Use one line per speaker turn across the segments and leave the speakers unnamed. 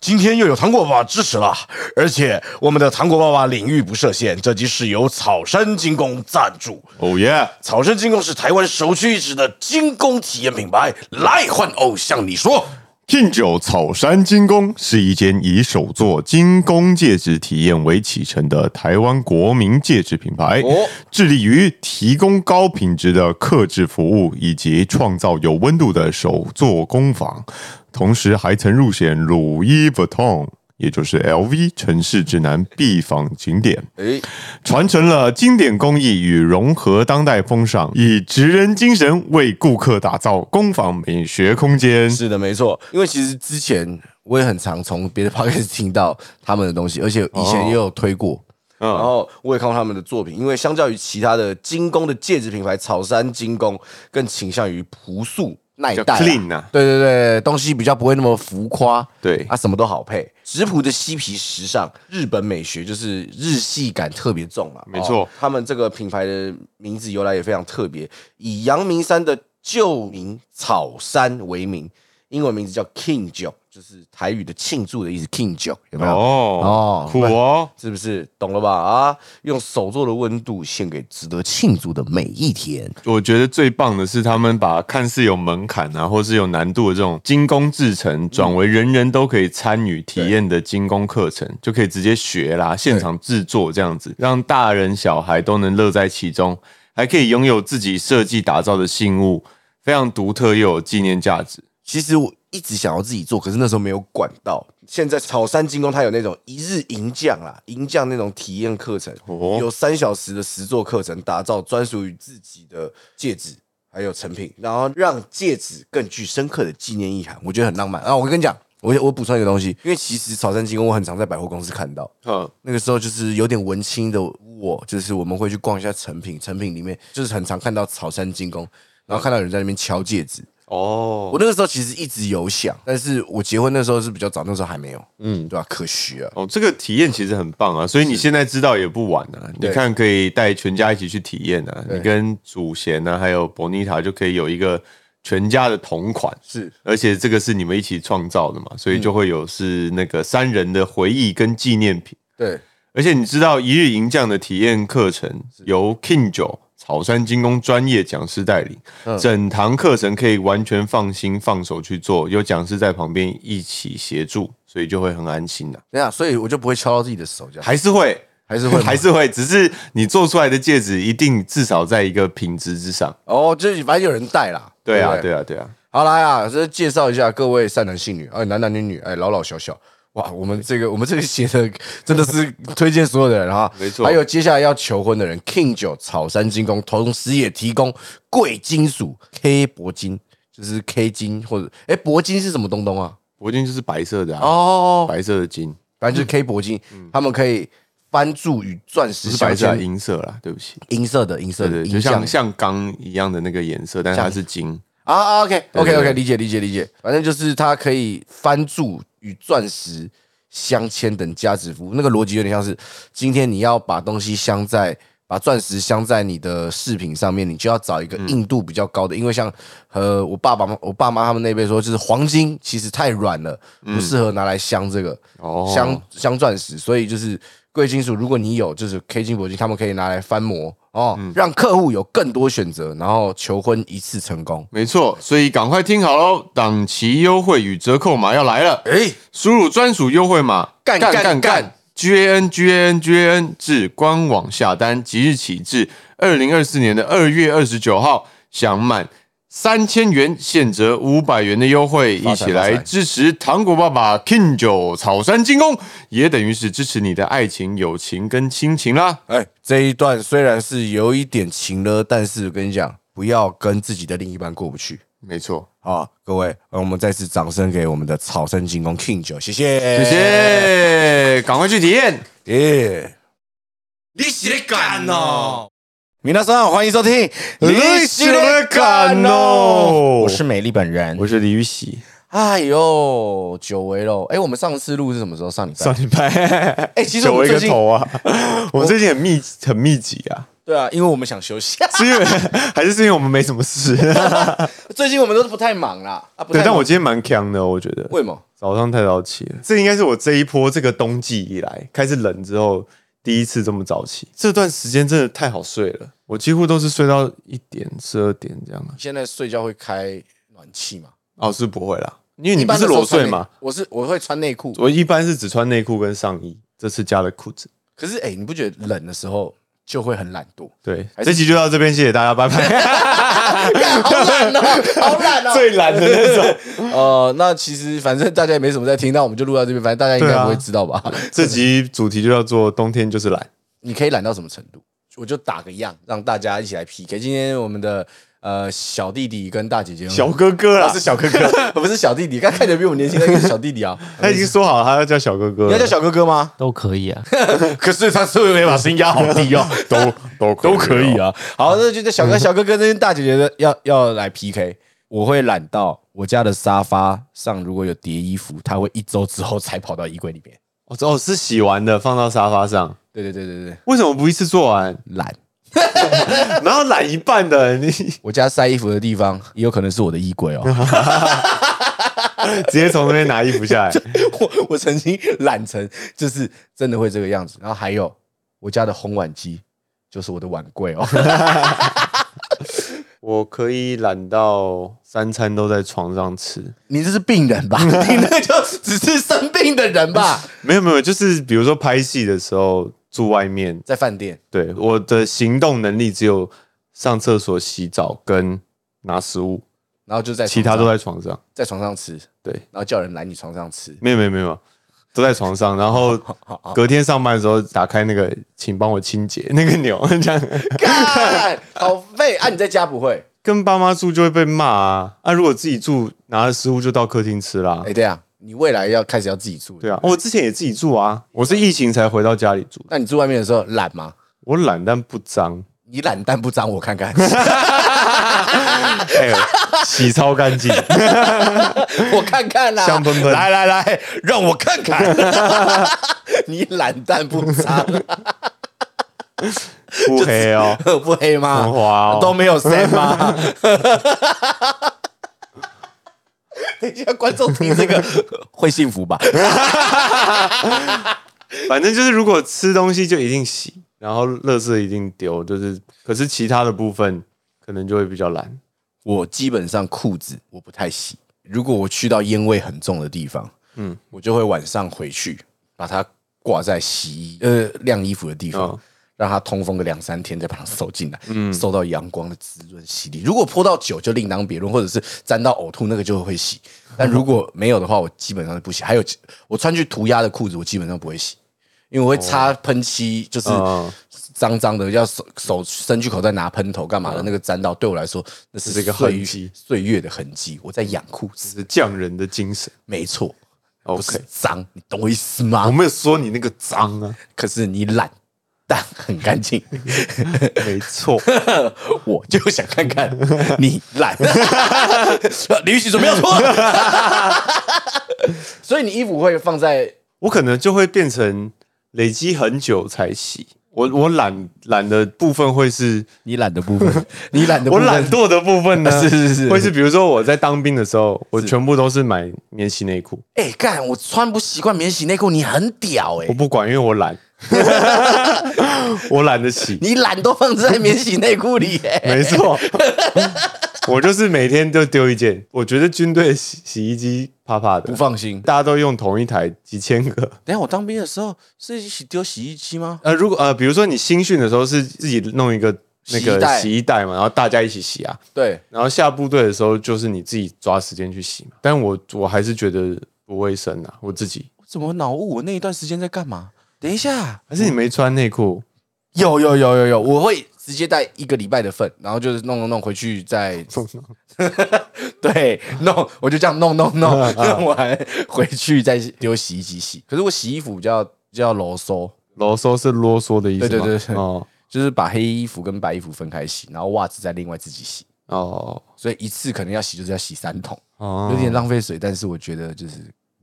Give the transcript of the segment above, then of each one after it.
今天又有糖果爸爸支持了，而且我们的糖果爸爸领域不设限，这集是由草山精工赞助。
哦耶！
草山精工是台湾首屈一指的精工体验品牌，来换偶像，你说
敬酒草山精工是一间以手作精工戒指体验为启程的台湾国民戒指品牌
哦，
致力于提供高品质的客制服务以及创造有温度的手作工坊，同时还曾入选鲁伊不痛，也就是 LV 城市之南必访景点。
哎，
传承了经典工艺与融合当代风尚，以职人精神为顾客打造工坊美学空间。
是的，没错。因为其实之前我也很常从 别的 podcast 听到他们的东西，而且以前也有推过。
然
嗯，
后我也看过他们的作品，因为相较于其他的精工的戒指品牌，草山精工更倾向于朴素耐
叫
戴啊、
clean 啊，
对对对，东西比较不会那么浮夸，
对
啊，
啊，
什么都好配，质朴的嬉皮时尚，日本美学就是日系感特别重嘛。
没错
他们这个品牌的名字由来也非常特别，以阳明山的旧名草山为名，英文名字叫 King j o 就是台语的庆祝的意思，King j o 有没有？
哦
哦
苦哦，
是不是懂了吧？啊，用手做的温度献给
值得庆祝的每一天。
我觉得最棒的是他们把看似有门槛啊，或是有难度的这种精工制成，转为人人都可以参与体验的精工课程，就可以直接学啦，现场制作这样子，让大人小孩都能乐在其中，还可以拥有自己设计打造的信物，非常独特又有纪念价值。
其实我一直想要自己做，可是那时候没有管到。现在草山精工它有那种一日银匠啦，银匠那种体验课程，
哦
有三小时的实作课程，打造专属于自己的戒指还有成品，然后让戒指更具深刻的纪念意涵，我觉得很浪漫。啊，我跟你讲，我我补充一个东西，因为其实草山精工我很常在百货公司看到，
嗯，
那个时候就是有点文青的我，就是我们会去逛一下成品，成品里面就是很常看到草山精工，然后看到有人在那边敲戒指。
哦，
我那个时候其实一直有想，但是我结婚那时候是比较早，那时候还没有，
嗯
对吧、可惜啊了。
哦，这个体验其实很棒啊，所以你现在知道也不晚啊。你
对
看，可以带全家一起去体验啊，
对
你跟祖贤啊，还有 Bonita 就可以有一个全家的同款，
是
而且这个是你们一起创造的嘛，所以就会有是那个三人的回忆跟纪念品。
对，
而且你知道一日银匠的体验课程由 King 九草山精工专业讲师带领，整堂课程可以完全放心放手去做，有讲师在旁边一起协助，所以就会很安心的、
这样，所以我就不会敲到自己的手，这样
还是会。
还是会吗
还是会，只是你做出来的戒指一定至少在一个品质之上。
哦，就是反正有人戴啦。
对啊，
不
对啊，对啊，
好啦呀，这介绍一下各位善男信女，哎，男男女女，哎，老老小小。哇，我们这个我们这个写的真的是推荐所有的人哈，
没错
还有接下来要求婚的人，King 九草山精工，同时也提供贵金属 K 铂金，就是 K 金或者哎铂金是什么东东啊？
铂金就是白色的啊，
哦，
白色的金，
反正
嗯
就是 K 铂金，他们可以翻铸与钻石
不是白
镶
色啊，
嵌，
银色啦，对不起，
银色的银色
对
的
对，就
银像
像像钢一样的那个颜色，但是它是金。
啊啊，OK
对
OK
对
OK，理解理解理解，反正就是它可以翻铸与钻石镶嵌等价值服务，那个逻辑有点像是今天你要把东西镶在。把钻石镶在你的饰品上面，你就要找一个
嗯
硬度比较高的，因为像呃，我爸爸妈我爸妈他们那边说，就是黄金其实太软了，不适合拿来镶这个。
嗯哦，
镶镶钻石，所以就是贵金属，如果你有就是 K 金铂金，他们可以拿来翻模哦，
嗯
让客户有更多选择，然后求婚一次成功。
没错，所以赶快听好喽，档期优惠与折扣码要来了，
哎，
输入专属优惠码
干干干
G A N G A N G A N 至官网下单，即日起至二零二四年的二月二十九号，享满三千元现折五百元的优惠，一
发财
起来支持糖果爸爸 King 九草山精工，也等于是支持你的爱情、友情跟亲情啦。
哎，这一段虽然是有一点情了，但是我跟你讲，不要跟自己的另一半过不去
没错，
啊、各位，呃我们再次掌声给我们的草生进攻 King 九，谢谢，
谢谢，赶快去体验。
耶！
你是咧干哦？
米娜桑，欢迎收听《
历史的感哦
我是美丽本人，
是李玉玺，
哎呦，久违喽！哎，我们上次录是什么时候？上礼拜。
礼拜。
哎，其实我们
一
最
个
近
头啊！我最近很密很密集啊，
对啊，因为我们想休息。
是因为还是是因为我们没什么事？
最近我们都是不太忙啦，啊，不
对，
太
但我
忙
今天蛮强的，我觉得
为什么？
早上太早起了。这应该是我这一波这个冬季以来开始冷之后第一次这么早起。这段时间真的太好睡了，我几乎都是睡到一点、十二点这样的。
现在睡觉会开暖气嘛？
哦，是不会啦，因为你
你
不是裸睡嘛？？
我是我会穿内裤，
我一般是只穿内裤跟上衣，这次加了裤子。
可是哎、你不觉得冷的时候就会很懒惰？
对，这集就到这边，谢谢大家，拜 拜。
好懒哦、 好懒哦、
最懒的那种。
呃，那其实反正大家也没什么在听，那我们就录到这边，反正大家应
对
该
啊
不会知道吧？
这集主题就叫做“冬天就是懒
你可以懒到什么程度？我就打个样，让大家一起来 PK。今天我们的呃小弟弟跟大姐姐”，
小哥哥
啊
啦
是，小哥哥， 不是小弟弟，刚看起来比我们年轻，但是小弟弟啊。
他已经说好了，他要叫小哥哥 了。
你要叫小哥哥吗？
都可以啊。
可是他是不是没把 声音压好低哦？
都都
都可以啊。好，那就叫小哥小哥跟那些大姐姐的要要来 PK。我会懒到我家的沙发上如果有叠衣服，它会一周之后才跑到衣柜里面。
哦，哦，是洗完的，放到沙发上。
对对对对对，
为什么不一次做完？
懒。
然后懒一半的，你 直
我家晒衣服的地方也有可能是我的衣柜哦。
接从那边拿衣服下来。
我我曾经懒成就是真的会这个样子。然后还有我家的烘碗机就是我的碗柜 哦。
我可以懒到三餐都在床上吃。
你这是病人 吧？你那就只是生病的人吧？
没有没有，就是比如说拍戏的时候住外面，
在饭店
对我的行动能力只有上厕所、洗澡跟拿食物，
然后就在
其
床
他
上
都在床上。
在床上吃，
对，
然后叫人来你床上吃。
没有没有没有，都在床上，然后隔天上班的时候打开那个，请帮我清洁那个钮， 这样
干，好废啊！你在家不会？
跟爸妈住就会被骂啊。啊，如果自己住，拿了食物就到客厅吃啦
哎、。对啊，你未来要开始要自己住，
对啊，我之前也自己住啊，我是疫情才回到家里住的。
那你住外面的时候懒吗？
我懒但不脏，
你懒但不脏，我看 看，
哎、 洗超干净。
我看看啦、
香喷喷
来来来，让我看 看，你懒但不脏，
不黑哦，
不黑吗？
很滑哦
都没有 s 吗？等一下，观众听这个会幸福吧？
反正就是如果吃东西就一定洗，然后垃圾一定丢，就是可是其他的部分可能就会比较懒。
我基本上裤子我不太洗，如果我去到烟味很重的地方，嗯，我就会晚上回去把它挂在洗衣呃晾衣服的地方，
嗯
让它通风个两三天，再把它收进来，嗯，受到阳光的滋润洗礼。如果泼到酒就另当别论，或者是沾到呕吐那个就会洗，但如果没有的话，我基本上是不洗。还有我穿去涂鸦的裤子，我基本上不会洗。因为我会擦喷漆，就是
嗯
脏脏的，要手手伸去口袋拿喷头干嘛的，那个沾到对我来说那是
嗯是一个
岁
痕
月
迹
岁月的痕迹。我在养裤子，
是匠人的精神。
没错，不是
OK，
脏，你懂我意思
我
吗？
没有说你那个脏啊，
可是你懒，但很干净，
没错。
我就想看看你懒。 李玉玺准备要 脱了，所以你衣服会放在
我可能就会变成累积很久才洗。我我懒懒的部分会是，
你懒的部 分，你懒的部
我
分
懒惰的部分呢，
是是是
会 是比如说我在当兵的时候，我全部都是买免洗内裤，
哎，干、我穿不习惯免洗内裤，你很屌哎、
我不管，因为我 懒，我懒得洗，
你懒都放在免洗内裤里、 欸，
没错， 我就是每天都丢一件。我觉得军队洗洗衣机怕怕的，
放心。
大家都用同一台，几千个。
等一下我当兵的时候是一起丢洗衣机吗？
呃，如果呃，比如说你新训的时候是自己弄一个那
洗衣
个
袋
洗衣袋嘛，然后大家一起洗啊。
对，
然后下部队的时候就是你自己抓时间去洗嘛。但我我还是觉得不卫生啊，我自己。
我怎么脑雾？我那一段时间在干嘛？等一下，
还是你没穿内
哦
裤？
有有有有有，我会直接带一个礼拜的份，然后就是弄弄弄回去再， 对，弄我就这样弄弄弄，弄完回去再丢洗衣机洗。可是我洗衣服比较比较啰嗦，
啰嗦是啰嗦的意思吗？
对对对对
哦
就是把黑衣服跟白衣服分开洗，然后袜子再另外自己洗。
哦
所以一次可能要洗就是要洗三桶，
哦，
有点浪费水，但是我觉得就是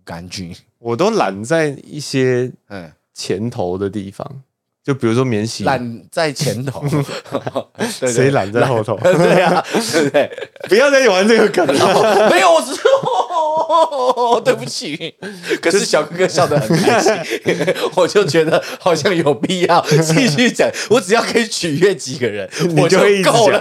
干净。
我都懒在一些
嗯，
前头的地方，就比如说免洗，
懒在 前头，对对
谁懒在后头
对呀、啊，对不对？
不要再玩这个梗了。
没有，我只是、 哦、对不起。可是小哥哥笑得很开心， 我就觉得好像有必要继续 讲。我只要可以取悦几个人， 我
就会一直
够了。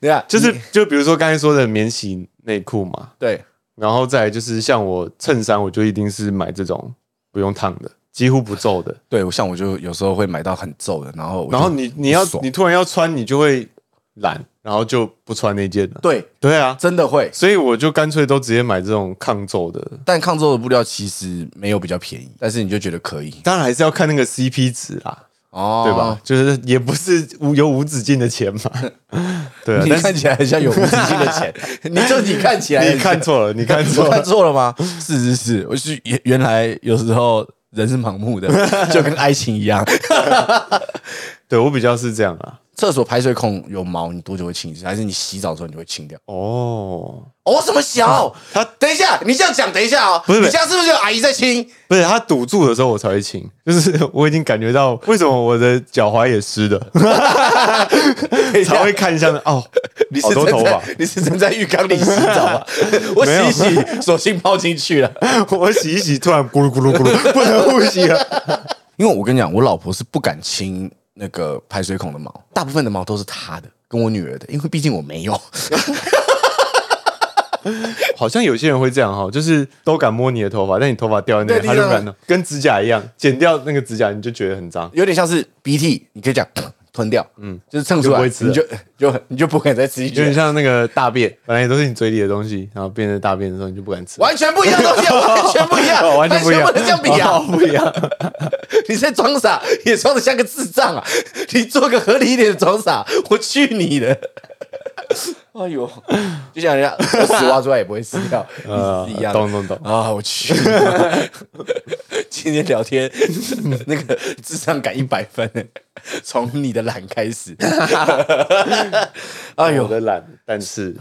对啊，
就是就比如说刚才说的免洗内裤嘛，
对
然后再来就是像我衬衫，我就一定是买这种不用烫的，几乎不皱的。
对，我像我就有时候会买到很皱的，然后我就
然后你你要
不爽
你突然要穿，你就会懒，然后就不穿那件了。
对
对啊，
真的会，
所以我就干脆都直接买这种抗皱的。
但抗皱的布料其实没有比较便宜，但是你就觉得可以
当然还是要看那个 CP 值啦，
哦，
对吧？？就是也不是无有无止境的钱嘛， 对啊。
你
但是
看起来很像有无止境的 钱，你就你看起来很
你看错了，你看错
我看
了，
错了吗？是是是，我是原原来有时候人是盲目 的，就跟爱情一样。
对我比较是这样啊。
厕所排水孔有毛，你多久会清一次？还是你洗澡的时候你就会清掉？
哦，
哦，什么小？
他
等一下，你这样讲，等一下哦，
不是
你这样是不是有阿姨在清？
不是他堵住的时候我才会亲，就是我已经感觉到为什么我的脚踝也湿 的， 才会看一下哦，
你是
好多
正
头
在
发，
你是正在浴缸里洗澡 吗？我
没有
洗一洗，索性泡进去了。
我洗一洗，突然咕噜咕噜咕噜， 不能呼吸啊了。
因为我跟你讲，我老婆是不敢清那个排水孔的毛，大部分的毛都是她的，跟我女儿的，因为毕竟我没有。
好像有些人会这样哈，就是都敢摸你的头发，但你头发掉在那，
对
他就
你知道
染了，跟指甲一样，剪掉那个指甲你就觉得很脏。
有点像是鼻涕，你可以讲吞掉，嗯，就是蹭出
就不
来，
会吃了
你就 就你就不敢再吃进
有点
去，
像那个大便，本来也都是你嘴里的东西，然后变成大便的时候你就不敢吃，
完全不一样 的东西，完全不一样，
完全不一样，
不能这样比
哦
啊！
不一样。
你在装傻，也装的像个智障啊！你做个合理一点的装傻，我去你的！哎呦，就像人家屎挖出来也不会死掉，
呃
意思是一样的。
懂懂懂
啊！我去， 今天聊天那个智商感一百分，欸从你的懒开始。哎
有
呦，
的懒，但 是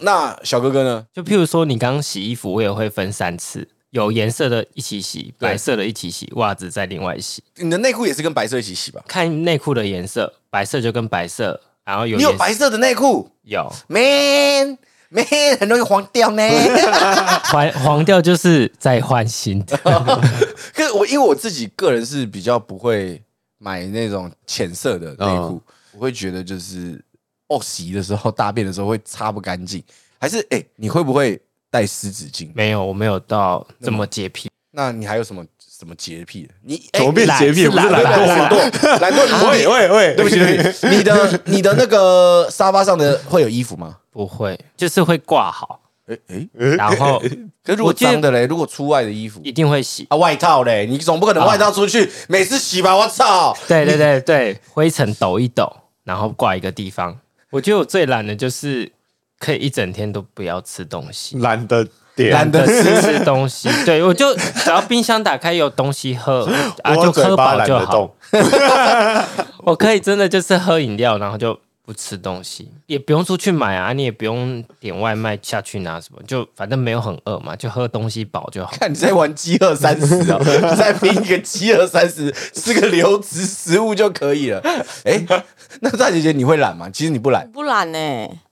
那小哥哥呢？
就譬如说，你刚刚洗衣服，我也会分三次，有颜色的一起洗，白色的一起洗，袜子再另外洗。
你的内裤也是跟白色一起洗吧？
看内裤的颜色，白色就跟白色，然后有
你有
颜
白色的内裤
有
，man man 很容易黄掉呢。
黄黄掉就是再换新的。
可是我因为我自己个人是比较不会买那种浅色的内裤，
嗯
我会觉得就是哦洗的时候大便的时候会擦不干净，还是哎、你会不会带湿纸巾？
没有，我没有到这么洁癖。
那你还有什么什么洁癖？你
怎么变
哎懒
洁癖？
是
不是
懒
懒惰
懒啊
吗
懒？
惰，懒惰，你
喂喂喂，
对不起对不起，你的你的那个沙发上的会有衣服吗？
不会，就是会挂好，
哎哎，
然后
可是如果
我觉得
脏的嘞，如果出外的衣服
一定会洗。
啊，外套嘞，你总不可能外套出
啊
去每次洗吧？我操！
对对对对，灰尘抖一抖，然后挂一个地方。我觉得我最懒的就是可以一整天都不要吃东西，
懒得点，
懒得吃吃 东西。对我就只要冰箱打开有东西喝，啊
我
就
嘴
喝
巴
饱
懒
就
得
好。
动。
我可以真的就是喝饮料，然后就不吃东西，也不用出去买啊，你也不用点外卖下去拿什么，就反正没有很饿嘛，就喝东西饱就好。
看你在玩饥饿三十啊，你在拼一个饥饿三十，吃个流质食物就可以了。哎，那大姐姐你会懒吗？其实你不懒，
不然呢、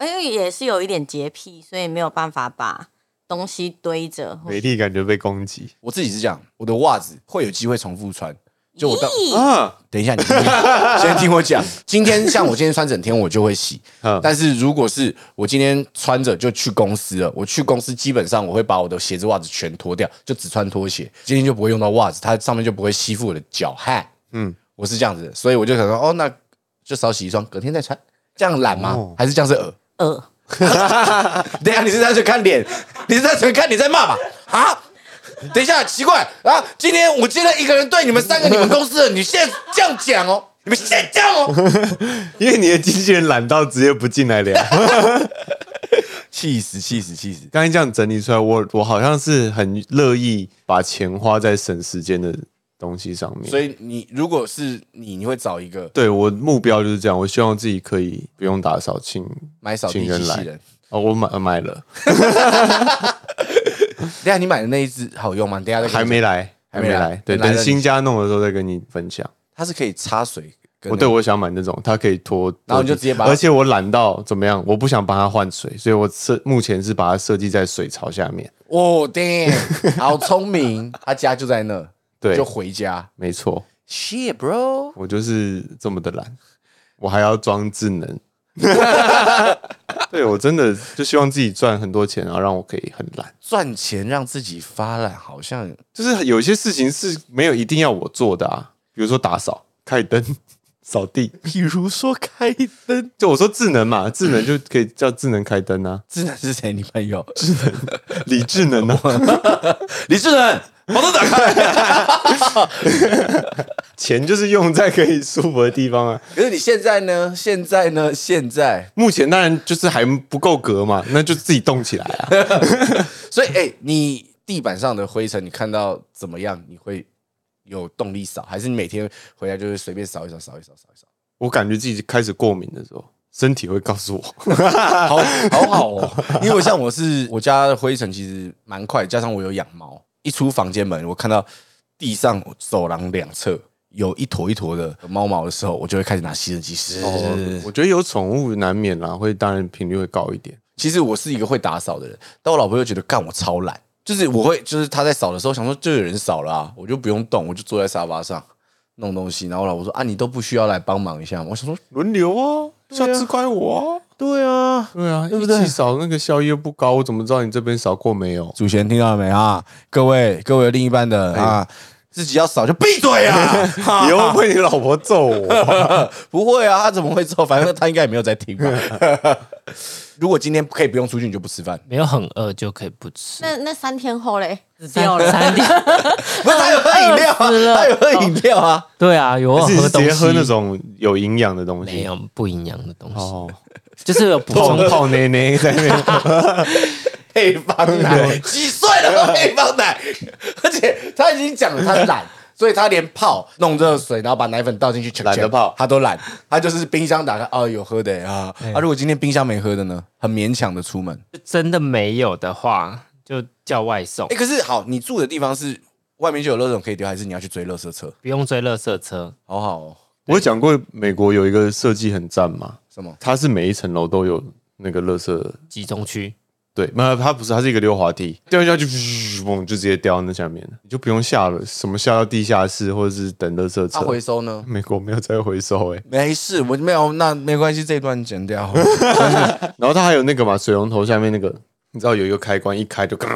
因为也是有一点洁癖，所以没有办法把东西堆着。
美丽感觉被攻击
我自己是这样，我的袜子会有机会重复穿，就我到。
咦，
啊！
等一下，你听我先听 我讲。今天像我今天穿整天，我就会洗
嗯。
但是如果是我今天穿着就去公司了，我去公司基本上我会把我的鞋子、袜子全脱掉，就只穿拖鞋。今天就不会用到袜子，它上面就不会吸附我的脚汗。
嗯
嗯，我是这样子的，所以我就想说，哦，那就少洗一双，隔天再穿。这样懒吗？
哦
还是这样是恶？
呃，
等一下，你是单纯看脸，你是单纯看你在骂吧？啊？等一下，奇怪啊！今天我接了一个人对你们三个你们公司的，你现在这样讲哦，你们现在这样哦，
因为你的经纪人懒到直接不进来聊。
气死，气死，气死！
刚才这样整理出来，我我好像是很乐意把钱花在省时间的东西上面。
所以你如果是你，你会找一个
对我目标就是这样，我希望自己可以不用打扫，请
买扫地
请
机
人
器
来
人。。
哦，我买买了，
等一下你买的那一只好用吗？等一下再跟我
还没来，还没来，对，
等
等
新
新家弄的时候再跟你分享。
它是可以插水跟
我
那个，
对我想买那种，它可以拖，
然后你就直接把它
而且我懒到怎么样，我不想帮它换水，所以我设目前是把它设计在水槽下面。
哦，damn，好聪明，他家就在那，
对
就回家。
没错，
Shit, bro！
我就是这么的懒，我还要装智 能。对我真的就希望自己赚很多钱，然后啊让我可以很懒。
赚钱让自己发懒，好像
就是有些事情是没有一定要我做的啊，比如说打扫、开灯、 扫地。
比如说开灯，
就我说智能嘛，智能就可以叫智能开灯啊，
智能是谁？你朋友？
李智能 啊，
李智能，把灯打开。
钱就是用在可以舒服的地方啊。
可是你现在呢？现在呢？现在，
目前当然就是还不够格嘛，那就自己动起来啊。
所以哎、你地板上的灰尘，你看到怎么样？你会有动力扫，还是你每天回来就是随便扫一扫，扫一扫，扫一扫？
我感觉自己开始过敏的时候，身体会告诉我。
好好好哦，因为像我是我家的灰尘其实蛮快，加上我有养猫，一出房间门，我看到地上走廊两侧有一坨一坨的猫毛的时候，我就会开始拿吸尘器吸。
我觉得有宠物难免啦，会当然频率会高一点。
其实我是一个会打扫的人，但我老婆又觉得干我超懒，就是我会就是她在扫的时候想说就有人扫啦、我就不用动，我就坐在沙发上弄东西。然后我老婆说啊，你都不需要来帮忙一下吗？我想说
轮流啊，下次怪我啊。
对啊，
对啊，对不对？一起扫那个效益又不高，我怎么知道你这边扫过没有？
祖贤听到了没啊？各位各位另一半的
哎
啊，自己要扫就闭嘴啊！
你又会被你老婆揍 我？
不会啊，他怎么会知道？反正他应该也没有在听吧。 如果今天可以不用出去，你就不吃饭。
没有很饿就可以不吃。
那那三天后嘞，死
三
掉了。
三天，
不是他有喝饮料啊，
饿死了
他有喝饮料啊。
对啊，有
还是你
喝
是直
东
接
西，
喝那种有营养的东西？
没有不营养的东西，
哦，
就是有补
泡
充
泡奶奶在那边。
配方奶几岁了都配方 奶，而且他已经讲了他 懒，所以他连泡弄热水，然后把奶粉倒进去，
懒得泡
他都懒，他就是冰箱打开哦有喝的啊啊！如果今天冰箱没喝的呢，很勉强的出门。
真的没有的话，就叫外送
哎，，可是好，你住的地方是外面就有垃圾桶可以丢，还是你要去追垃圾车？
不用追垃圾车。
好好哦，
我有讲过美国有一个设计很赞嘛，
什么？
它是每一层楼都有那个垃圾，
集中区
对，没它不是，它是一个溜滑梯，掉下去，噗嘣就直接掉到那下面了，你就不用下了，什么下到地下室或者是等垃圾
他
车。
回收呢？
美国没有再回收哎、
没事，我没有，那没关系，这一段剪掉。
然后它还有那个嘛，水龙头下面那个，你知道有一个开关，一开就咔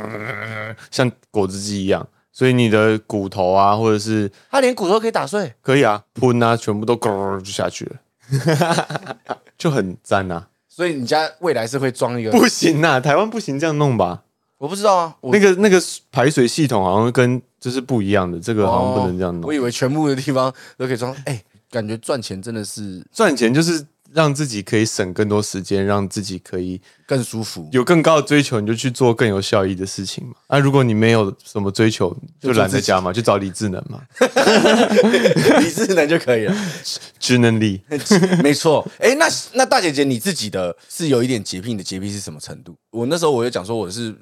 像果汁机一样，所以你的骨头啊，或者是
他连骨头可以打碎，
可以啊，喷啊，全部都咕就下去了， 就很赞啊！
所以你家未来是会装一个？
不行啊，台湾不行这样弄吧？
我不知道啊，我
那个那个排水系统好像跟就是不一样的，这个好像不能这样
我
弄。
以为全部的地方都可以装。哎、感觉赚钱真的是
赚钱就是让自己可以省更多时间，让自己可以
更舒 服，
有更高的追求，你就去做更有效益的事情嘛。啊，如果你没有什么追求，就懒在家嘛，就找李智能嘛，
理智能就可以了。
智能力。
没错，哎、那那大姐姐你自己的是有一点洁癖，你的洁癖是什么程度？我那时候我就讲说我是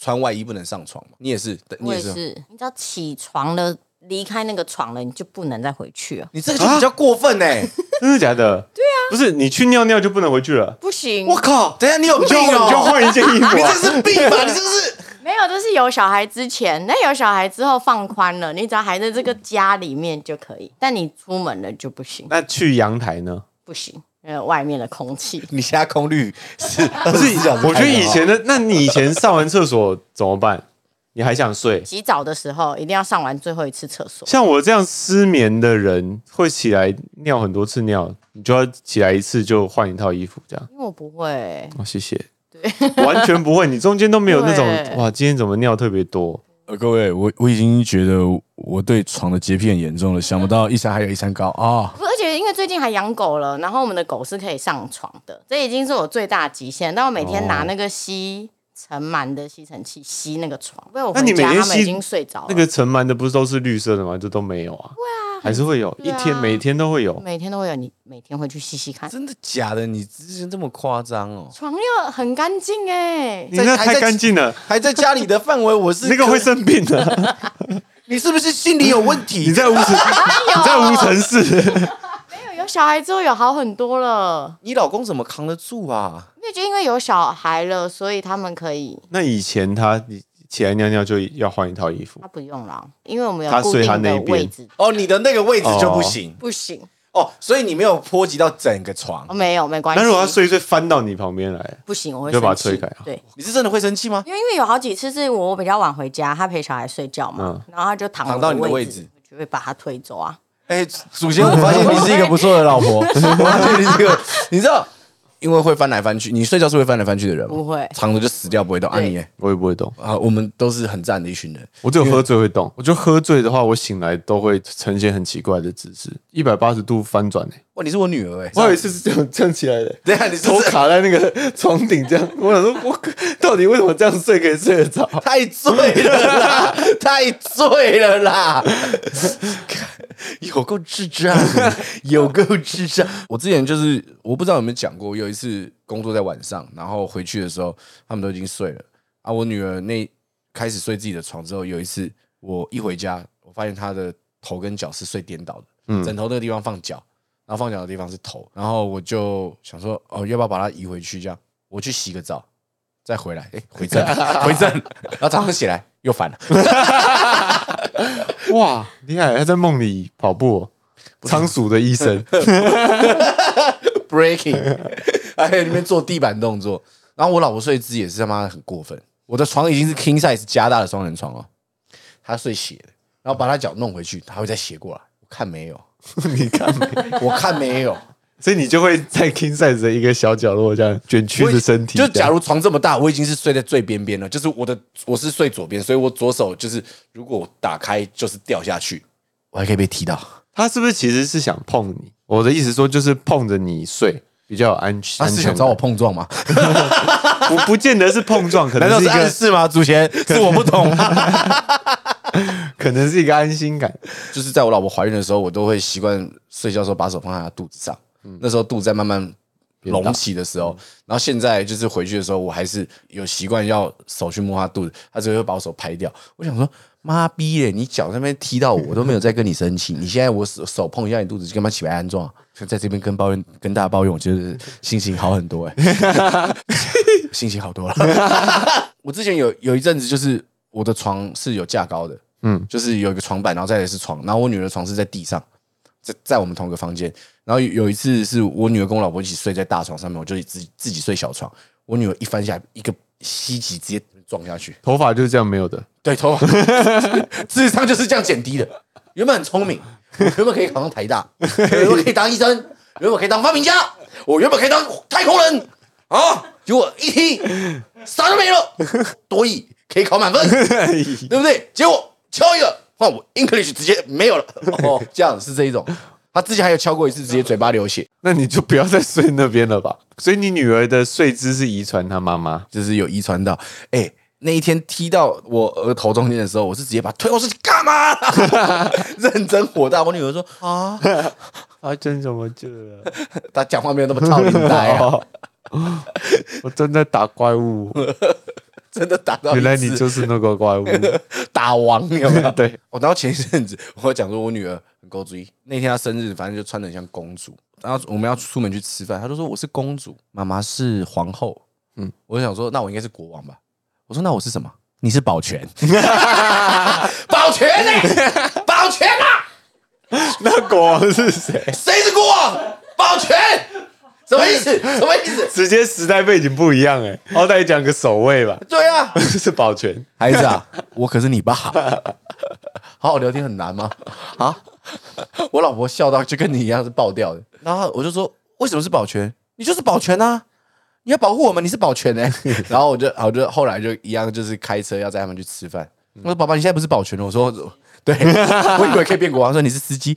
穿外衣不能上床嘛，你也是，你
我
也
也
是，
是，你只要起床了，离开那个床了，你就不能再回去啊了。
你这个就比较过分哎、
真的假的？对啊，不是你去尿尿就不能回去了，
不行，
我靠，等一下你有
你
病
就
哦、
你就换一件衣服、
你
啊
这。是病吧？你这是。
没有，就是有小孩之前，那有小孩之后放宽了，你只要还在这个家里面就可以，但你出门了就不行，
那 去阳台呢？
不行，呃，外面的空气。
你现在空率 是
不
不
是，我觉得
哎
以前的，那你以前上完厕所怎么办？你还想睡？
洗澡的时候一定要上完最后一次厕所，
像我这样失眠的人，会起来尿很多次尿，你就要起来一次就换一套衣服这样。
因为我不会，
哦，谢谢。对，完全不会，你中间都没有那种
对
哇，今天怎么尿特别多？
呃，各位，我我已经觉得我对床的洁癖很严重了，想不到一山还有一山高啊、
不而且因为最近还养狗了，然后我们的狗是可以上床的，这已经是我最大的极限。但我每天拿那个吸尘螨的吸尘器吸那个床，因为我
那你
回
每
家
天
他们
吸
已经睡着了，
那个尘螨的不是都是绿色的吗？这都没有啊。还是会有，一
对啊
天每天都会有。
每天都会有，你每天会去吸吸看，
真的假的？你之前这么夸张哦？
床又很干净哎、
你那
还在
太干净了，
还在家里的范围，我是
那个会生病的。
你是不是心理有问
你
题？
在无尘，你在无尘室，
有有小孩之后有好很多了，
你老公怎么扛得住啊？
因为就因为有小孩了，所以他们可以。
那以前他你起来尿尿就要换一套衣服
他，不用了，因为我们有
他
固
睡他
定
那
的
一边
位置，
哦，你的那个位置就不行
不行，
哦所以你没有波及到整个床
哦，。没有没关系。
那如果他睡一睡翻到你旁边来，
不行，我会
就把
生气
它推开啊
对，
你是真的会生气吗？
因为因为有好几次是我比较晚回家，他陪小孩睡觉嘛，然后他就躺
躺到
我
你的位
位
置，
我就会把他推走啊。
哎，祖先，我发现你是一 个不错的老婆，我发现你是一个，你知道，因为会翻来翻去，你睡觉是会翻来翻去的人吗？
不会
躺着就死掉不会动。啊
对
你耶
我也不会动。
啊，我们都是很赞的一群人。
我只有喝醉会动，我觉得喝醉的话，我醒来都会呈现很奇怪的姿势，一百八十度翻转诶、欸
哇，你是我女儿哎，
我 有一次是这样这样起来的，
等一下你是
头卡在那个床顶这样，我想说，我到底为什么这样睡可以睡得着？
太醉了 啦，太醉了啦， 有够智 障，有够智障。我之前就是我不知道有没有讲过，有一次工作在晚上，然后回去的时候他们都已经睡了啊。我女儿那开始睡自己的床之后，有一次我一回家，我发现她的头跟脚是睡颠倒的，枕头那个地方放脚，然后放脚的地方是头，然后我就想说，哦，要不要把它移回去？这样我去洗个澡。再回来，哎，回 正，回正，然后早上起来又反了，
哇，厉害！他在梦里跑步、哦，仓鼠的医生，
breaking，还有里面哎做地板动作。然后我老婆睡姿也是他妈的很过分，我的床已经是 king size 加大的双人床哦，她睡斜的，然后把她脚弄回去，她会再斜过来。我看没有，
你看没，
我看没有。
所以 你就会在 king size 的一个小角落这样卷曲着身体这
就
样，
假如床这么大，我已经是睡在最边边了，就是我的我是睡左边，所以我左手就是如果我打开就是掉下去，我还可以被踢到。
他是不是其实是想碰你？我的意思说就是碰着你睡。比较有安全，
他是想找我碰撞吗？
不不见得是碰撞，可
难
能
道
是一
是暗
个，
示吗？祖贤是我不懂。
可能是一个安心感。
就是在我老婆怀孕的时候，我都会习惯睡觉的时候把手放在她肚子上，那时候肚子在慢慢隆起的时候，然后现在就是回去的时候，我还是有习惯要手去摸她肚子，她只会把我手拍掉。我想说，妈逼嘞，你脚那边踢到我，我都没有在跟你生气，你现在我手手碰一下你肚子，就干嘛起来安装、啊？就在这边跟抱怨，跟大家抱怨，我觉得心情好很多哎、 心情好多了。 我之前有有一阵子，就是我的床是有架高的，嗯，就是有一个床板，然后再来是床，然后我女儿的床是在地上，在在我们同一个房间。然后有有一次是我女儿跟我老婆一起睡在大床上面，我就自己自己睡小床。我女儿一翻下来，一个膝击直接撞下去，
头发就是这样没有的，
对头 发，智商就是这样减低的。原本很聪明，我原本可以考上台大，原本可以当医生，原本可以当发明家，我原本可以当太空人啊！结果一踢，啥都没了，多艺可以考满分，对不对？结果敲一个，换我 English 直接没有了。哦，这样是这一种。他之前还有敲过一次，直接嘴巴流血，
那你就不要再睡那边了吧。所以你女儿的睡姿是遗传她妈妈，
就是有遗传到。哎、那一天踢到我额头中间的时候，我是直接把她推过去干嘛？ 认真火大。我女儿说
哦
啊，
她真怎么救 了？
他讲话没有那么操你呆
哦
啊，
我正在打怪物，
真的打到一次
原来你就是那个 怪物。
打王，有没有？
对，
我然后前一阵子我讲说我女儿很够注意，那天她生日，反正就穿的像公主。然后我们要出门去吃饭，她就说我是公主，妈妈是皇后。嗯，我就想说那我应该是国王吧。我说那我是什么？你是 保全， 保全呢、保全啊！
那国王是谁？
谁是国王？保全？什么意思？ 什么意思？
直接时代背景不一样哎，好歹讲个守卫吧，
对啊，
是保全。
孩子啊，我可是你爸。好 好聊天很难吗？啊，我老婆笑到就跟你一样是爆掉的。然后我就说，为什么是保全？你就是保全啊！你要保护我们，你是保全 哎、然后我就，我就后来就一样，就是开车要载他们去吃饭。我说：“爸爸，你现在不是保全了？”哦我说：“ 对，我以为可以变国王。”说：“你是司机。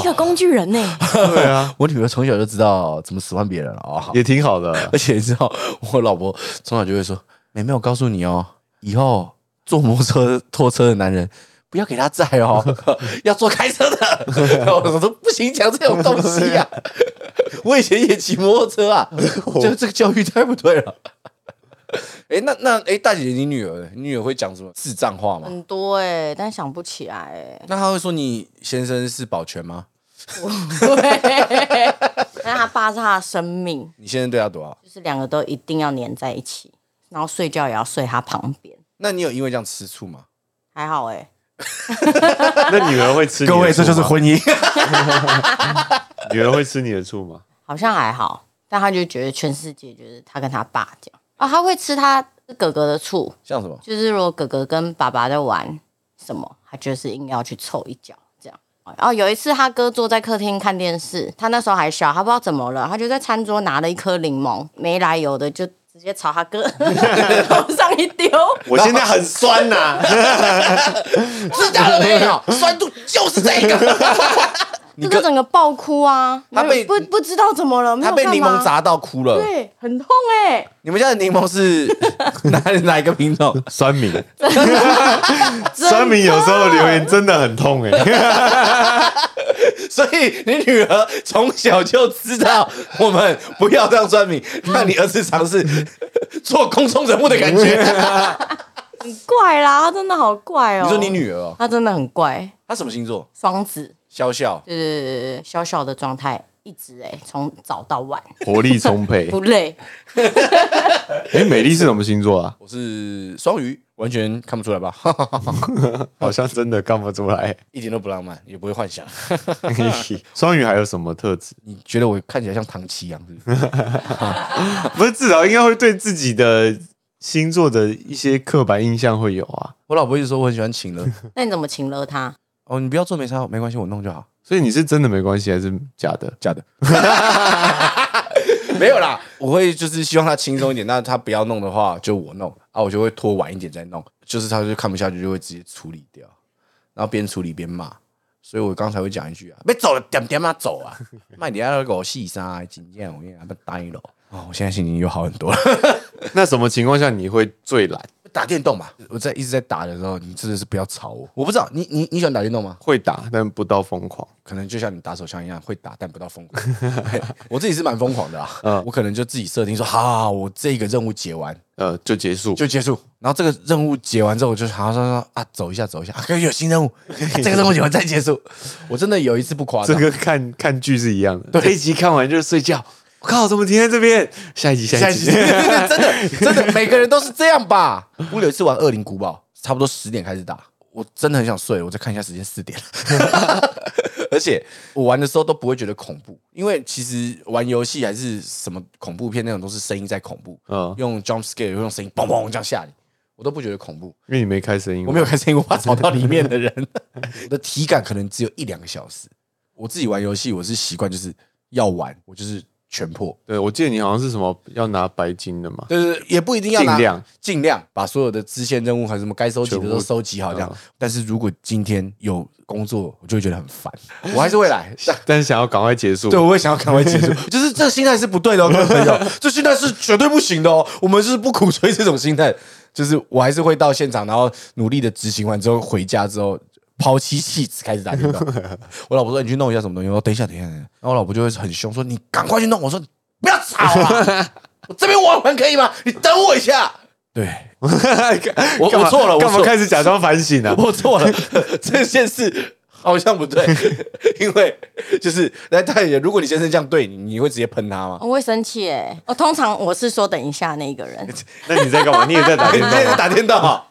一个工具人呢、
对啊，”
我女儿从小就知道怎么使唤别人了啊、哦！
也挺好的。
而且你知道，我老婆从小就会说：“妹妹，我告诉你哦，以后坐摩托车拖车的男人不要给他载哦， 要坐开车的。”我说：“不行，讲这种东西呀、啊！ 我以前也骑摩托车啊，这这个教育太不对了。”哎，啊那那哎，大姐姐，你女儿呢，你女儿会讲什么智障话吗？
很多哎、但想不起来哎、
那她会说你先生是保全吗？
对，但他爸是他的生命，
你先生对她多好？
就是两个都一定要黏在一起，然后睡觉也要睡他旁边，
那你有因为这样吃醋吗？
还好哎、
那女儿会吃你的醋吗？
姻。
女儿会吃你的醋吗？
好像还好，但他就觉得全世界就是他跟他爸这样啊，他会吃他哥哥的醋，
像什么？
就是如果哥哥跟爸爸在玩什么，他就是硬要去凑一脚这样。哦，有一次他哥坐在客厅看电视，他那时候还小，他不知道怎么了，他就在餐桌拿了一颗柠檬，没来由的就直接朝他哥头上一丢。
我现在很酸呐、
知道了没有？酸度就是这 个。
这个整个爆哭啊！
他被
不不知道怎么了，没有
她被
干
柠
嘛
檬，砸到哭了。
对，很痛哎、
你们家的柠檬是 哪哪一个品种？
酸民，酸民有时候留言真的很痛哎、
所以你女儿从小就知道我们不要这样酸民，让你儿子尝试做空中人物的感觉。
很怪啦，他真的好怪哦、
你说你，女儿哦，
他真的很怪，
她什么星座？
双子，
肖笑，
对对对对对，小小的状态一直哎、从早到晚
活力充沛。
不累，
哎、美丽是什么星座啊？
我是双鱼，完全看不出来吧？
好像真的看不出来。
一点都不浪漫，也不会幻想。
双鱼还有什么特质？
你觉得我看起来像唐奇阳是 不是？
不是至少应该会对自己的星座的一些刻板印象会有啊。
我老婆一直说我很喜欢晴乐。
那你怎么请了他？
哦，你不要做没差，没关系，我弄就好。
所以你是真的没关系还是假的？
假的。 没有啦，我会就是希望他轻松一点。那他不要弄的话，就我弄啊，我就会拖晚一点再弄。就是他就看不下去，就会直接处理掉，然后边处理边骂。所以我刚才会讲一句啊，别走了，点点啊走啊， 卖你那个细沙，今天我跟你讲，不呆了。哦，我现在心情又好很多了。
那什么情况下你会最懒？
打电动吧，我在一直在打的时候，你真的是不要吵我。我不知道你你你喜欢打电动吗？
会打，但不到疯狂。
可能就像你打手枪一样，会打但不到疯狂。 嘿我自己是蛮疯狂的啊，我可能就自己设定说，好好，好我这个任务解完
呃，就结束。
就结束。然后这个任务解完之后，我就好像说说啊，走一下走一下，啊，可以有新任务， 这个任务解完再结束。我真的有一次不夸
这
张，
跟看看剧是一样的，这一集看完就睡觉。我靠，怎么停在这边？下一集，下
下
一
一
集。
集 真的真的每个人都是这样吧？我有一次玩《恶灵古堡》，差不多十点开始打，我真的很想睡，我再看一下时间，四 点了。而且我玩的时候都不会觉得恐怖，因为其实玩游戏还是什么恐怖片那种都是声音在恐怖，
嗯，
用 jump scare 用声音嘣嘣这样吓你，我都不觉得恐怖。
因为你没开声音嘛，
我没有开声音，我怕吵到里面的人。 我的体感可能只有一两个小时。我自己玩游戏，我是习惯就是要玩，我就是全破。
对，我记得你好像是什么要拿白金的嘛，
就是也不一定要拿
尽量
尽量把所有的支线任务还有什么该收集的都收集好这样
全。
但是如果今天有工作，我就会觉得 很烦，我还是会来。
但是想要赶快结束。
对，我会想要赶快结 束，就是这个心态是不对的哦，各位朋 友，这心态是绝对不行的哦。我们是不鼓吹这种心态，就是我还是会到现场，然后努力的执行完之后，回家之后抛弃戏子开始打电动。 我老婆说：“你去弄一下什么东西？”我说：“等一下，等一下。等一下”然后我老婆就会很凶说：“你赶快去弄！”我说：“不要吵 啊，我这边玩完可以吗？你等我一下。” 对，我
干嘛
我错了我
干嘛
错
开始假装反省啊？
我错了，这件事好像不对， 因为就是来大爷，如果你先生这样对你，你会直接喷他吗？
我会生气哎、我通常我是说等一下那一个 人，
那你在干嘛？你也在打
你
电
现
动
在在
吗？
打电动啊？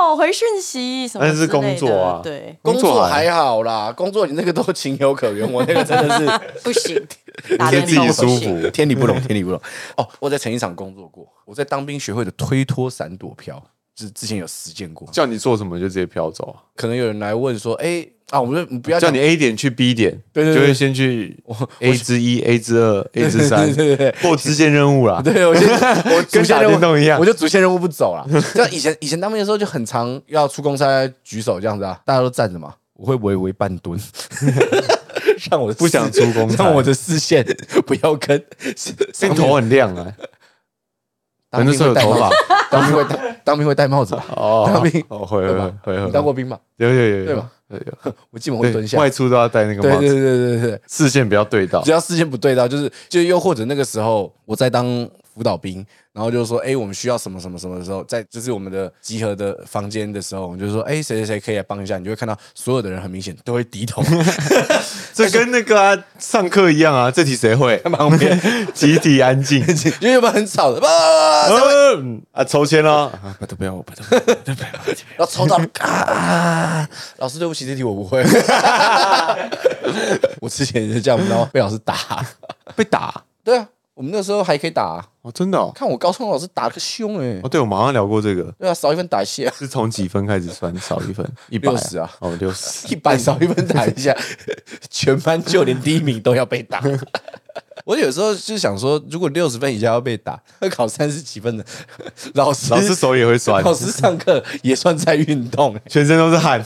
有回讯息什么
那是
之类的？
工作啊
对，
工作
还
还好
啊
啦，工作你那个都情有可原，我那个真的是。
不行， 打
先
电
自
动
己
不
舒
行。
服。
天理不 容，天理不容。哦，我在成衣厂工作过，我在当兵学会的推脱、闪躲、飘，就是之前有实践过。
叫你做什么就直接飘走啊，
可能有人来问说：“哎、啊，我们就不要
叫
讲
你 A 点去 B 点，
对对对
就会先去 A 之一、A 之二、A 之三
对对对对，
或支线任务啦。
对，我先 我
跟打电动一样
我就主线任务不走了。 像以前以前当兵的时候，就很常要出公差举手这样子啊，大家都站着嘛，我会微微半蹲， 让我的
不想出公差
让我的视线不 要跟
所以你头很亮啊，
当
反
兵
正是有
会戴
头
帽
发
子，当兵会戴当兵会戴帽子吧？
哦
当兵
哦，会
对
会
吧？
会
你
会，
当过兵吧？
有有有有
对吧
有有
我基本会
对
蹲下，
外出都要戴那个
对
帽
对
子，
对对对对。
视线不要对到
只。要视线不对到，就是就又或者那个时候我在当服辅导兵，然后就说，哎、我们需要什么什么什么的时候，在就是我们的集合的房间的时候，我们就说，哎、谁谁谁可以来帮一下，你就会看到所有的人很明显都会低头
这跟那个啊上课一样啊，这题谁 会？
旁边，
集体安静。
因为有没有很吵的，啊
嗯啊，抽签喽！
不都不要，我不都不要，不都不要，然后抽到了啊！老师，对不起，这题我不会。 我之前也是这样，然后被老师打。
被打
对啊，我们那时候还可以打、啊
哦，真的哦。
看我高中老师打个凶哎、
哦，对，我们好像聊过这个，
对啊，少一分打一下，
是从几分开始算？少一分，一百
60啊
哦， 六十。
一百少一分打一下， 全班就连第一名都要被打。 我有时候就想说，如果六十分以下要被打，那考三十几分的 老师，
老师手也会酸，
老师上课也算在运动、 欸。
全身都是 汗，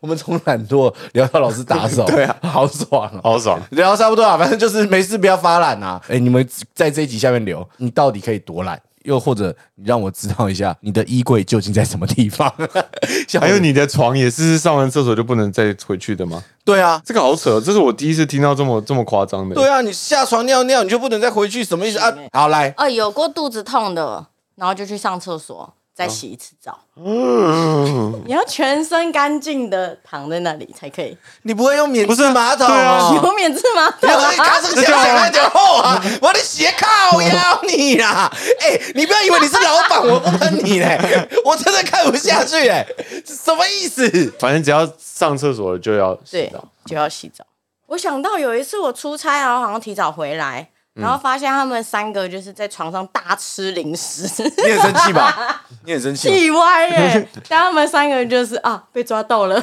我们从懒惰聊到老师打手， 对啊，好爽哦。
好爽。
聊到差不多啊，反正就是没事不要发懒啊。哎、你们在这一集下面留，你到底可以多懒？又或者你让我知道一下你的衣柜究竟在什么地方？ 像我
还有，你的床也是上完厕所就不能再回去的吗？
对啊，
这个好扯，哦这是我第一次听到这么这么夸张的。
对啊，你下床尿尿你就不能再回去，什么意思啊？好来，
呃，有过肚子痛的，然后就去上厕所，再洗一次澡。
嗯
你要全身干净的躺在那里才可以，
你不会用免治马桶、
对啊
哦？
有免治马桶
然后 你
啊
卡上想 想那点后啊，我的鞋靠腰你 啦！哎、你不要以为你是老板，我不喷 你嘞，我真的看不下去哎，什么意思？
反正只要上厕所了就要洗
对
澡。，
就要洗澡。我想到有一次我出差，然后好像提早回来，然后发现他们三个就是在床上大吃零食，
你很生气吧？ 你很生气吧？
气歪耶、 但他们三个就是啊，被抓到了。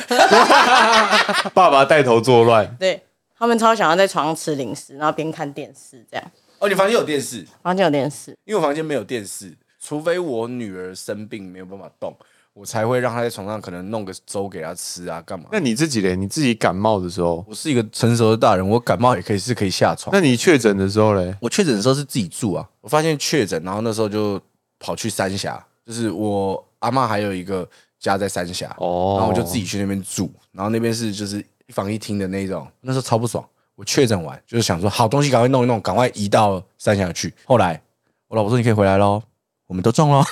爸爸带头作乱，
对他们超想要在床上吃零食，然后边看电视这样，
哦，你房间有电视？
然后就有电视。
因为我房间没有电视，除非我女儿生病没有办法动，我才会让她在床上可能弄个粥给她吃啊，干嘛？
那你自己嘞？你自己感冒的时候，
我是一个成熟的大人，我感冒也可以是可以下床。
那你确诊的时候嘞？
我确诊的时候是自己住啊，我发现确诊，然后那时候就跑去三峡，就是我阿妈还有一个家在三峡，
哦
然后我就自己去那边住，然后那边是就是一房一厅的那种，那时候超不爽。我确诊完就是想说，好东西赶快弄一弄，赶快移到三峡去。后来我老婆说你可以回来喽，我们都中 喽，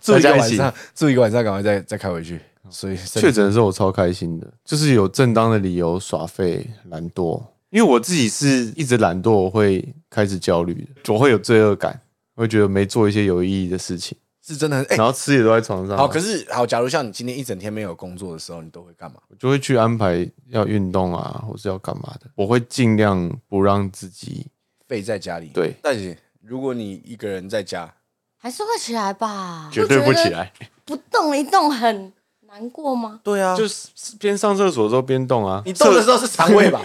住一个
大家一
晚
起
上，住一个晚上，赶快再再开回去。所以
确诊的时候我超开心的，就是有正当的理由耍废、懒惰。因为我自己是一直懒惰，我会开始焦虑的，我会有罪恶感，我会觉得没做一些有意义的事情，
是真的很哎、
然后吃也都在床上，
好，可是好，假如像你今天一整天没有工作的时候，你都会干嘛？
我就会去安排要运动啊，或是要干嘛的，我会尽量不让自己
废在家里。
对
大姐，如果你一个人在家，
还是会起来吧？
绝对不起，来，
不动一动很难过吗？
对啊
就
就是
边上厕所的时候边动啊，
你动的时候是肠胃吧，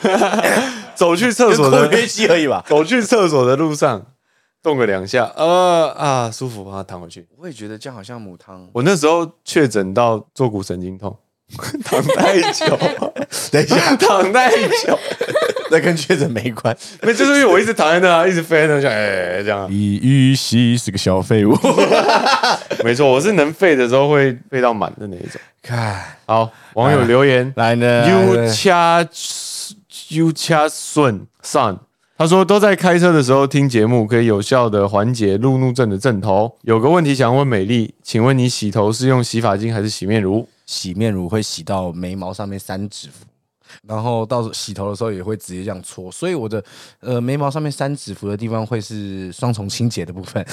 走去厕所
跟
的
括约肌而已吧。
走去厕所的路上动个两下，呃啊舒服啊，躺回去。
我也觉得这样好像母汤。
我那时候确诊到坐骨神经痛， 躺太久，
等一 下，
躺太久，
那跟确诊没关。
没就是因为我一直躺在那啊，一直飞在那，就哎、这样啊。
李玉玺是个小废物。
没错，我是能废的时候会废到满的那一种。
看
好，网友留言，
来呢
，U 掐 U 掐顺 son。他说：“都在开车的时候听节目，可以有效的缓解路怒症的症头。有个问题想问美丽，请问你洗头是用洗发精还是洗面乳？
洗面乳会洗到眉毛上面三指缝，然后到时候洗头的时候也会直接这样搓，所以我的呃眉毛上面三指缝的地方会是双重清洁的部 分。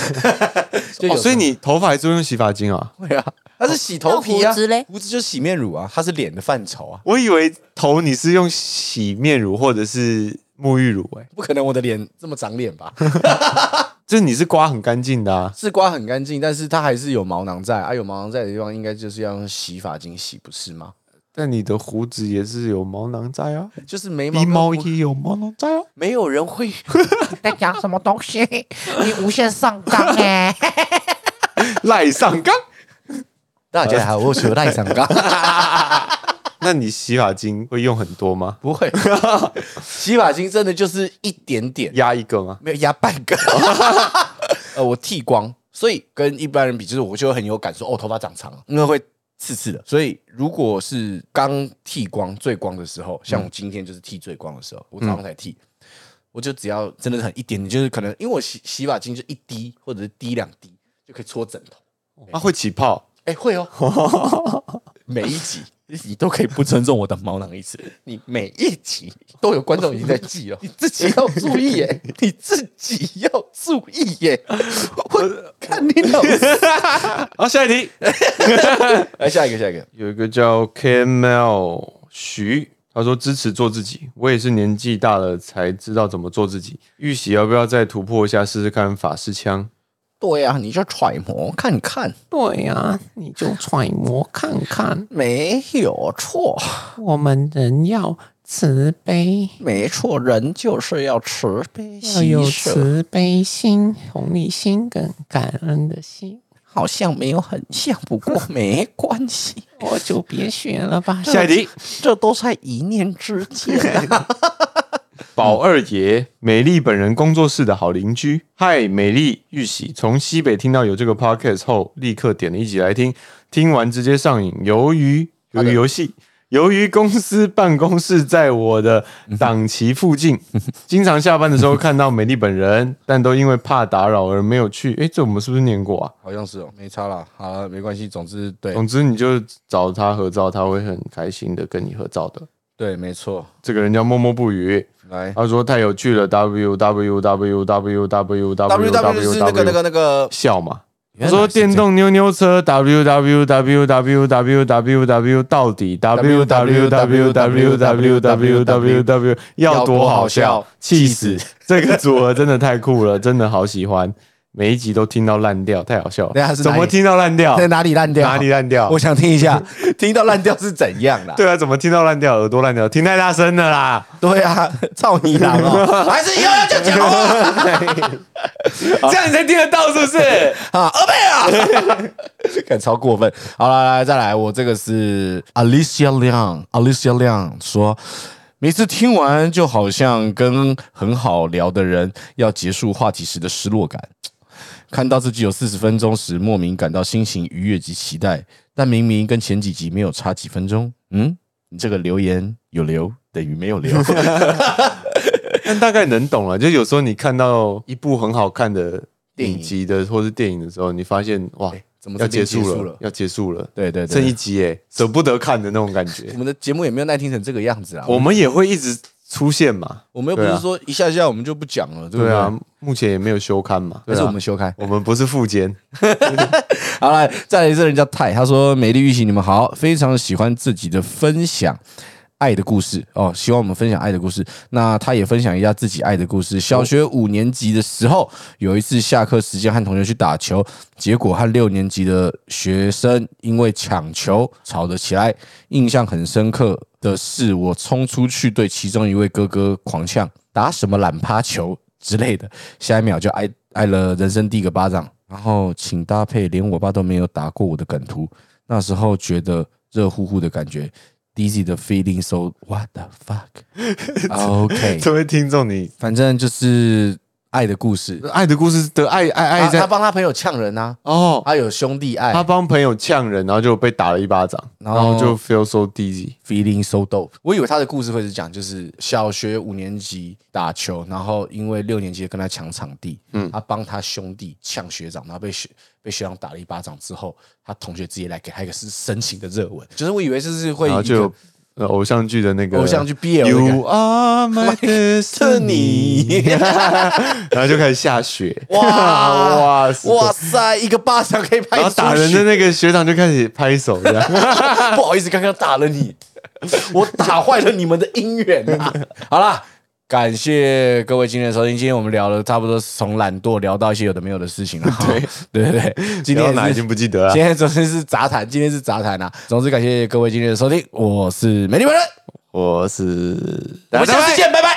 就有
哦，所以你头发还是会用洗发精啊？
对啊，它是洗头皮啊，
那胡子嘞
胡子就洗面乳啊，它是脸的范畴啊，
我以为头你是用洗面乳或者是沐浴乳、欸，哎，
不可能我的脸这么长脸吧？
就是你是刮很干净的啊。
是刮很干净，但是它还是有毛囊在啊，有毛囊在的地方应该就是要用洗发精洗，不是吗？
但你的胡子也是有毛囊在啊，
就是眉毛
鼻
跟
毛
胡
也有毛囊在啊。
没有人会
在讲什么东西？你无限上纲哎、
赖上刚，
大家好，我是赖上刚，
那你洗发精会用很多吗？
不会，洗发精真的就是一点点，
压一啊个吗？
没有压半个， 呃，我剃光，所以跟一般人比，就是我就会很有感受，哦，头发长长了，因为会刺刺的。所以如果嗯是刚剃光最光的时候，像我今天就是剃最光的时候，我早上才剃，我就只要真的很一点点，就是可能因为我洗洗发精就一滴或者是滴两滴就可以搓枕头。
啊，会起泡，
哎、会哦， 每一集你都可以不尊重我的毛囊一次，你每一集都有观众已经在记 了，你自己要注意耶， 你自己要注意耶，我看你老师。
好，啊下一题，
来哎下一个，下一个，
有一个叫 KML 徐，他说支持做自己。我也是年纪大了才知道怎么做自己。玉玺要不要再突破一下，试试看法式枪？
对呀、你就揣摩看看，
对呀、你就揣摩看看，
没有错，
我们人要慈悲，
没错，人就是要慈悲
要有慈悲心、同理心跟感恩的心。
好像没有很像，不过没关系，
我就别学了吧。
下一题，
这都在一念之间、
宝二爷，美丽本人工作室的好邻居。嗨，美丽玉玺，从西北听到有这个 podcast 后，立刻点了一集来听，听完直接上瘾。由于由于游戏，由于公司办公室在我的档期附近，经常下班的时候看到美丽本人，但都因为怕打扰而没有去。诶，这我们是不是念过啊？
好像是哦，哦没差啦，好了，没关系，总之对
总之，你就找他合照，他会很开心的跟你合照的。
对，没错，
这个人叫默默不语。
来
他说太有趣了，w w w w w w
，W W 就是那个那个那个，
笑嘛。他说电动妞妞车 w w w w w w w 到底 w w w w w w w w 要多好笑，气死！这个组合真的太酷了，真的好喜欢，每一集都听到烂掉，太好笑
等一下
了。
是
怎
哪一
么听到烂掉？
在哪里烂掉？
哪里啊烂掉
我？想听一下， 听到烂掉是怎样啦？
对啊，怎么听到烂掉？耳朵烂掉，听太大声了啦！
对啊，操你娘哦！ 还是以后要讲讲哦话
这样你才听得到是不是？
啊，二倍啊， 敢超过分。好了，来再来，我这个是 Alicia Liang，Alicia Liang 说。每次听完就好像跟很好聊的人要结束话题时的失落感，看到自己有四十分钟时，莫名感到心情愉悦及期待，但明明跟前几集没有差几分钟。嗯，你这个留言有留等于没 有留。
但大概能懂了，就有时候你看到一部很好看的
电影
影集的或是电影的时候，你发现哇，
怎么
要
这
结
边结
束
束
了
了，
要结束了，
对对
剩一
对，
集哎，舍不得看的那种感觉
我。们的节目也没有耐听成这个样子啊。
我们也会一直出现嘛，
我们又不
对
是
啊
说一下下我们就不讲了，对不
对
对？
啊，目前也没有休刊嘛，对
还是
啊
我们修开。
我们不是副监，
好了，再来一个人叫泰，他说：“美丽玉玺，你们好，非常喜欢自己的分享。”爱的故事哦，希望我们分享爱的故事。那他也分享一下自己爱的故事。小学五年级的时候，有一次下课时间和同学去打球，结果和六年级的学生因为抢球吵了起来。印象很深刻的是，我冲出去对其中一位哥哥狂呛，打什么懒趴球之类的，下一秒就挨挨了人生第一个巴掌。然后请搭配连我爸都没有打过我的梗图，那时候觉得热乎乎的感觉。Dizzy 的 feeling so what the fuck？OK， 啊
这位听众你
反正就是爱的故事。
爱的故事的爱爱爱
他他
在
帮他朋友呛人啊，
哦，
他有兄弟爱
他帮朋友呛人，然后就被打了一巴掌，然
然
后
后
就 feel so dizzy。
，feeling so dope。我以为他的故事会是讲，就是小学五年级打球，然后因为六年级跟他抢场地，嗯，他帮他兄弟呛学长，然后被学被学长打了一巴掌之后，他同学直接来给他一个是深情的热吻，就是我以为这是会
然后
一
就
个
有呃偶像剧的那个
偶像剧 BL 的感
You
觉
are my destiny，然后就开始下雪，哇 哇塞
哇塞，一个巴掌可以拍
然后
出
打人
去
的那个学长就开始拍手，这样
不好意思，刚刚打了 你，我打坏了你们的姻缘啊！ 好啦，感谢各位今天的收听，今天我们聊了差不多是从懒惰聊到一些有的没有的事情了。 对对对对， 今
聊到
天
哪
也
已
是
经。不记得啊了
今。天总之是杂谈，今天是杂谈啊！总之感谢各位今天的收听，我是美丽本人，
我是，
我们下次见，拜拜。